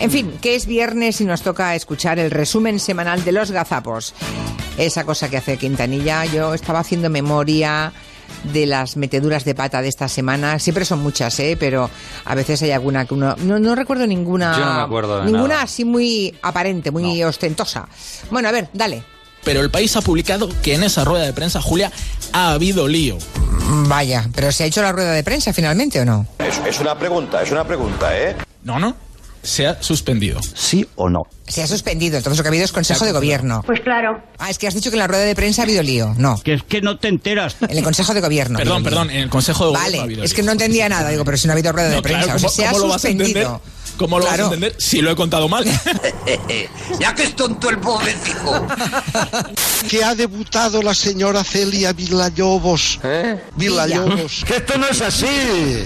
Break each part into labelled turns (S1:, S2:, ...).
S1: En fin, que es viernes y nos toca escuchar el resumen semanal de los gazapos. Esa cosa que hace Quintanilla, yo estaba haciendo memoria de las meteduras de pata de esta semana. Siempre son muchas, ¿eh? pero a veces hay alguna que uno... No, no recuerdo ninguna...
S2: Yo no me acuerdo de
S1: Ninguna
S2: nada.
S1: así muy aparente, muy ostentosa. Bueno, a ver, dale.
S3: Pero el país ha publicado que en esa rueda de prensa, Julia, ha habido lío.
S1: Vaya, pero ¿se ha hecho la rueda de prensa finalmente o no?
S4: Es, es una pregunta, es una pregunta, ¿eh?
S3: No, no. Se ha suspendido.
S4: ¿Sí o no?
S1: Se ha suspendido, entonces lo que ha habido es Consejo de Gobierno.
S5: Pues claro.
S1: Ah, es que has dicho que en la rueda de prensa ha habido lío. No,
S6: Que es que no te enteras.
S1: en el Consejo de Gobierno. ha
S3: perdón,
S1: habido lío.
S3: perdón, en el Consejo de Gobierno ha
S1: Vale,
S3: habido
S1: es
S3: lío.
S1: que no entendía nada, digo, pero si no ha habido rueda de
S3: No, claro,
S1: prensa, o sea,
S3: ¿cómo-
S1: se ha
S3: cómo lo vas a entender?
S1: suspendido.
S3: ¿Cómo lo
S1: Claro.
S3: vas a entender si lo he contado mal?
S7: ya que es tonto el pobrecito.
S8: que ha debutado la señora Celia Villalobos. Villalobos.
S7: Que ¿Eh? esto no es así.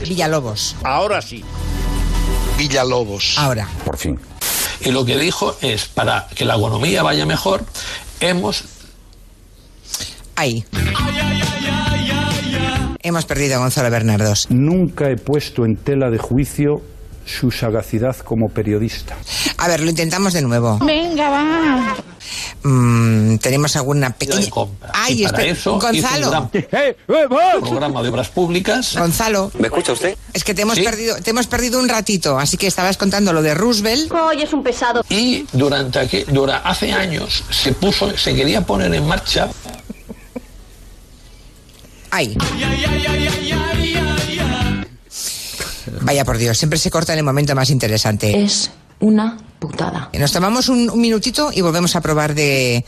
S1: Villalobos,
S7: Ahora sí.
S8: Villalobos.
S1: ahora.
S4: Por fin.
S9: Y lo que dijo es, para que la economía vaya mejor, hemos...
S1: Ahí. Hemos perdido a Gonzalo Bernardos.
S10: Nunca he puesto en tela de juicio su sagacidad como periodista.
S1: A ver, lo intentamos de nuevo.
S5: Venga, va.
S1: Mm, tenemos alguna pequeña.
S9: de compra.
S1: Ay,
S9: Y para
S1: espera,
S9: eso hizo un
S1: Gonzalo.
S9: gran- programa de obras públicas.
S1: Gonzalo,
S4: ¿Me escucha usted?
S1: es que te hemos
S9: Sí.
S1: perdido, te hemos perdido un ratito, así que estabas contando lo de Roosevelt.
S5: Hoy es un pesado.
S9: Y durante aquí, dura, hace años se puso, se quería poner en marcha
S1: Ahí. Vaya por Dios, siempre se corta en el momento más interesante. Eh,
S11: Es una putada.
S1: Nos tomamos un, un minutito y volvemos a probar de.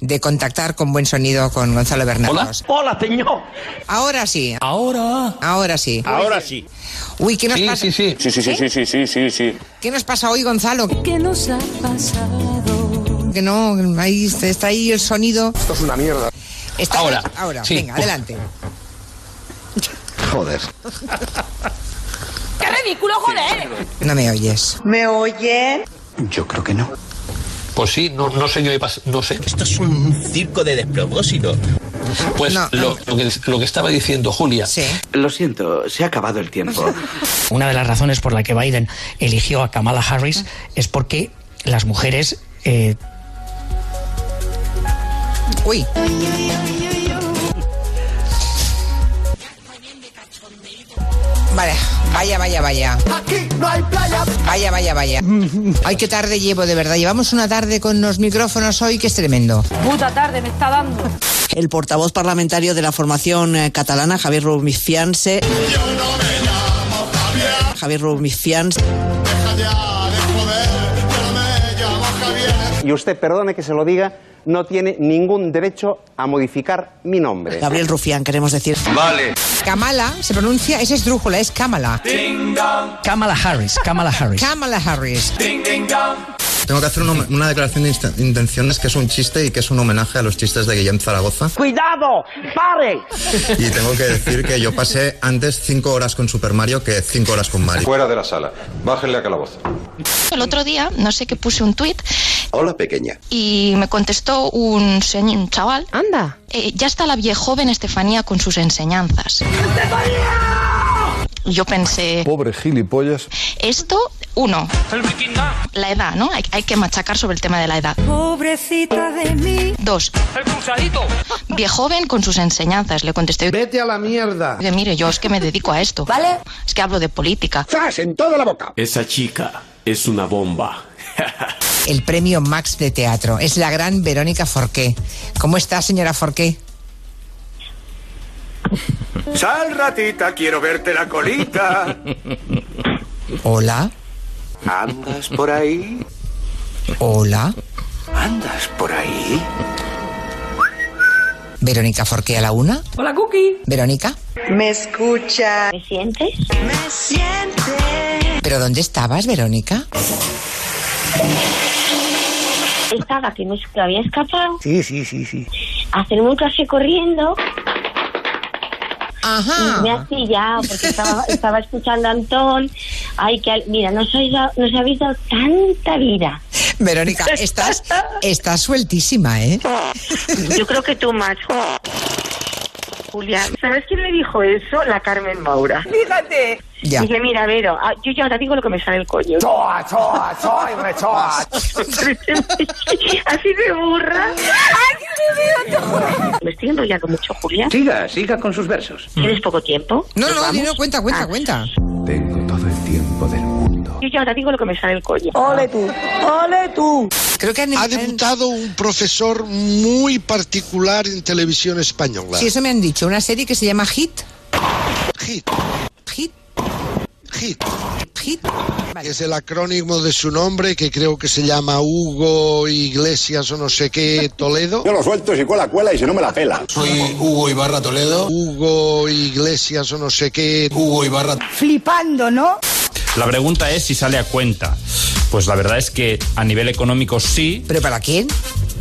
S1: De contactar con buen sonido con Gonzalo Bernardos.
S7: Hola, señor.
S1: Ahora sí,
S3: Ahora.
S1: ahora sí.
S7: Ahora sí.
S1: Uy, ¿qué nos,
S9: Sí,
S1: pasa,
S9: sí, sí.
S4: Sí, sí, sí, sí, sí, sí, sí, sí.
S1: ¿qué nos pasa hoy, Gonzalo?
S11: ¿Qué nos ha pasado?
S1: Que no, ahí está está ahí el sonido. Esto es una mierda.
S9: Ahora,
S1: ahora,
S9: sí.
S1: venga, adelante.
S8: Joder.
S5: ¡Qué ridículo, joder!
S1: No me oyes.
S5: ¿Me oyen?
S8: Yo creo que no.
S9: Pues sí, no, no sé yo qué pas- no sé.
S7: Esto es un circo de despropósito.
S9: Pues
S1: No,
S9: lo, lo que, lo que estaba diciendo Julia.
S1: Sí.
S7: Lo siento, se ha acabado el tiempo.
S6: Una de las razones por la que Biden eligió a Kamala Harris es porque las mujeres eh,
S1: Uy. Vale, vaya, vaya, vaya. Vaya, vaya, vaya. Ay, qué tarde llevo, de verdad. Llevamos una tarde con los micrófonos hoy que es tremendo.
S5: Puta tarde me está dando.
S11: El portavoz parlamentario de la formación eh, catalana, Javier Rubifianse. Javier Rubifianse.
S7: Y usted, perdone que se lo diga, no tiene ningún derecho a modificar mi nombre.
S11: Gabriel Rufián, queremos decir.
S4: Vale.
S1: Kamala se pronuncia, es esdrújula, es Kamala.
S6: Kamala Harris, Kamala Harris.
S1: Kamala Harris.
S8: Tengo que hacer una, una declaración de insta- intenciones que es un chiste y que es un homenaje a los chistes de Guillem Zaragoza.
S7: ¡Cuidado! ¡Pare!
S8: Y tengo que decir que yo pasé antes cinco horas con Super Mario que cinco horas con Mario.
S4: Fuera de la sala. Bájenle a calabozo.
S11: El otro día, no sé qué puse un tuit
S4: Hola, pequeña.
S11: y me contestó un, señ- un chaval. Anda. ya está la vieja joven Estefanía con sus enseñanzas. Y Yo pensé,
S10: Pobre gilipollas.
S11: esto, uno, la edad, ¿no? Hay, hay que machacar sobre el tema de la edad.
S5: Pobrecita de mí.
S11: Dos,
S7: ¡El cruzadito!
S11: viejo joven con sus enseñanzas, le contesté.
S7: ¡Vete a la mierda!
S11: Oye, mire, yo es que me dedico a esto. ¿Vale? Es que hablo de política.
S7: ¡Zas en toda la boca!
S9: Esa chica es una bomba.
S1: El premio Max de teatro. Es la gran Verónica Forqué. ¿Cómo está, señora Forqué?
S7: ¡Sal, ratita! Quiero verte la colita.
S1: Hola,
S7: ¿Andas por ahí?
S1: hola.
S7: ¿Andas por ahí?
S1: Verónica Forqué a la una. Hola, Cookie. Verónica.
S5: ¿Me escucha?
S11: ¿Me sientes?
S1: ¿Pero dónde estabas, Verónica?
S11: Estaba que me había escapado.
S7: Sí, sí, sí, sí.
S11: Hacerme un café corriendo. Me has
S1: Ajá.
S11: pillado porque estaba, estaba escuchando a Antón. Ay, que al- mira, nos, habéis dado- nos habéis dado tanta vida.
S1: Verónica, estás, estás sueltísima, ¿eh?
S11: Yo creo que tú más. Julia. ¿Sabes quién me dijo eso? La Carmen Maura. Fíjate.
S1: Ya.
S11: Dije, mira, Vero, ah, yo ya ahora digo lo que me sale el coño.
S4: Choa, choa, choa y rechoa.
S11: Así de burra. ¡Ay, qué Me estoy enrollando mucho, Julia.
S4: Siga, siga con sus versos.
S11: ¿Tienes poco tiempo?
S1: No,
S11: ¿Nos
S1: no,
S11: vamos?
S1: no, cuenta, cuenta, cuenta.
S4: Tengo todo el tiempo del mundo.
S11: Yo ya ahora digo lo que me sale el coño. Ole tú, ole tú.
S1: Creo que han-
S12: Ha debutado un profesor muy particular en televisión española.
S1: Sí, eso me han dicho. Una serie que se llama Hit.
S12: Hit.
S1: Hit.
S12: Hit.
S1: Hit.
S12: que es el acrónimo de su nombre, que creo que se llama Hugo Iglesias o no sé qué Toledo.
S4: Yo lo suelto si cuela, cuela y si no me la pela.
S12: Soy Hugo Ibarra Toledo. Hugo Iglesias o no sé qué. Hugo Ibarra.
S13: Flipando, ¿no?
S14: La pregunta es si sale a cuenta. Pues la verdad es que a nivel económico sí.
S1: ¿Pero para quién?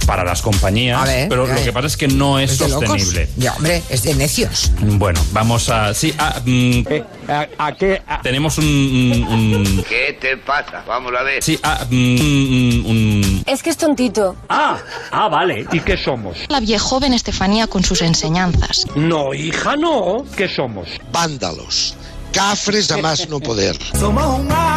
S14: Para las compañías.
S1: A ver,
S14: pero
S1: a
S14: lo
S1: ver.
S14: que pasa es que no es,
S1: ¿Es de locos?
S14: sostenible.
S1: Ya, hombre, es de necios.
S14: Bueno, vamos a. Sí,
S3: ah,
S14: a. mm,
S4: Eh,
S14: Tenemos un.
S9: ¿Qué te pasa? Vamos a ver.
S14: sí,
S3: ah,
S14: a. mm, mm, un-
S5: Es que es tontito.
S14: Ah, ah, vale. ¿Y qué somos?
S5: La vieja joven Estefanía con sus enseñanzas.
S12: No, hija, no. ¿Qué somos? Vándalos. Cafres a más no poder.
S4: Somos un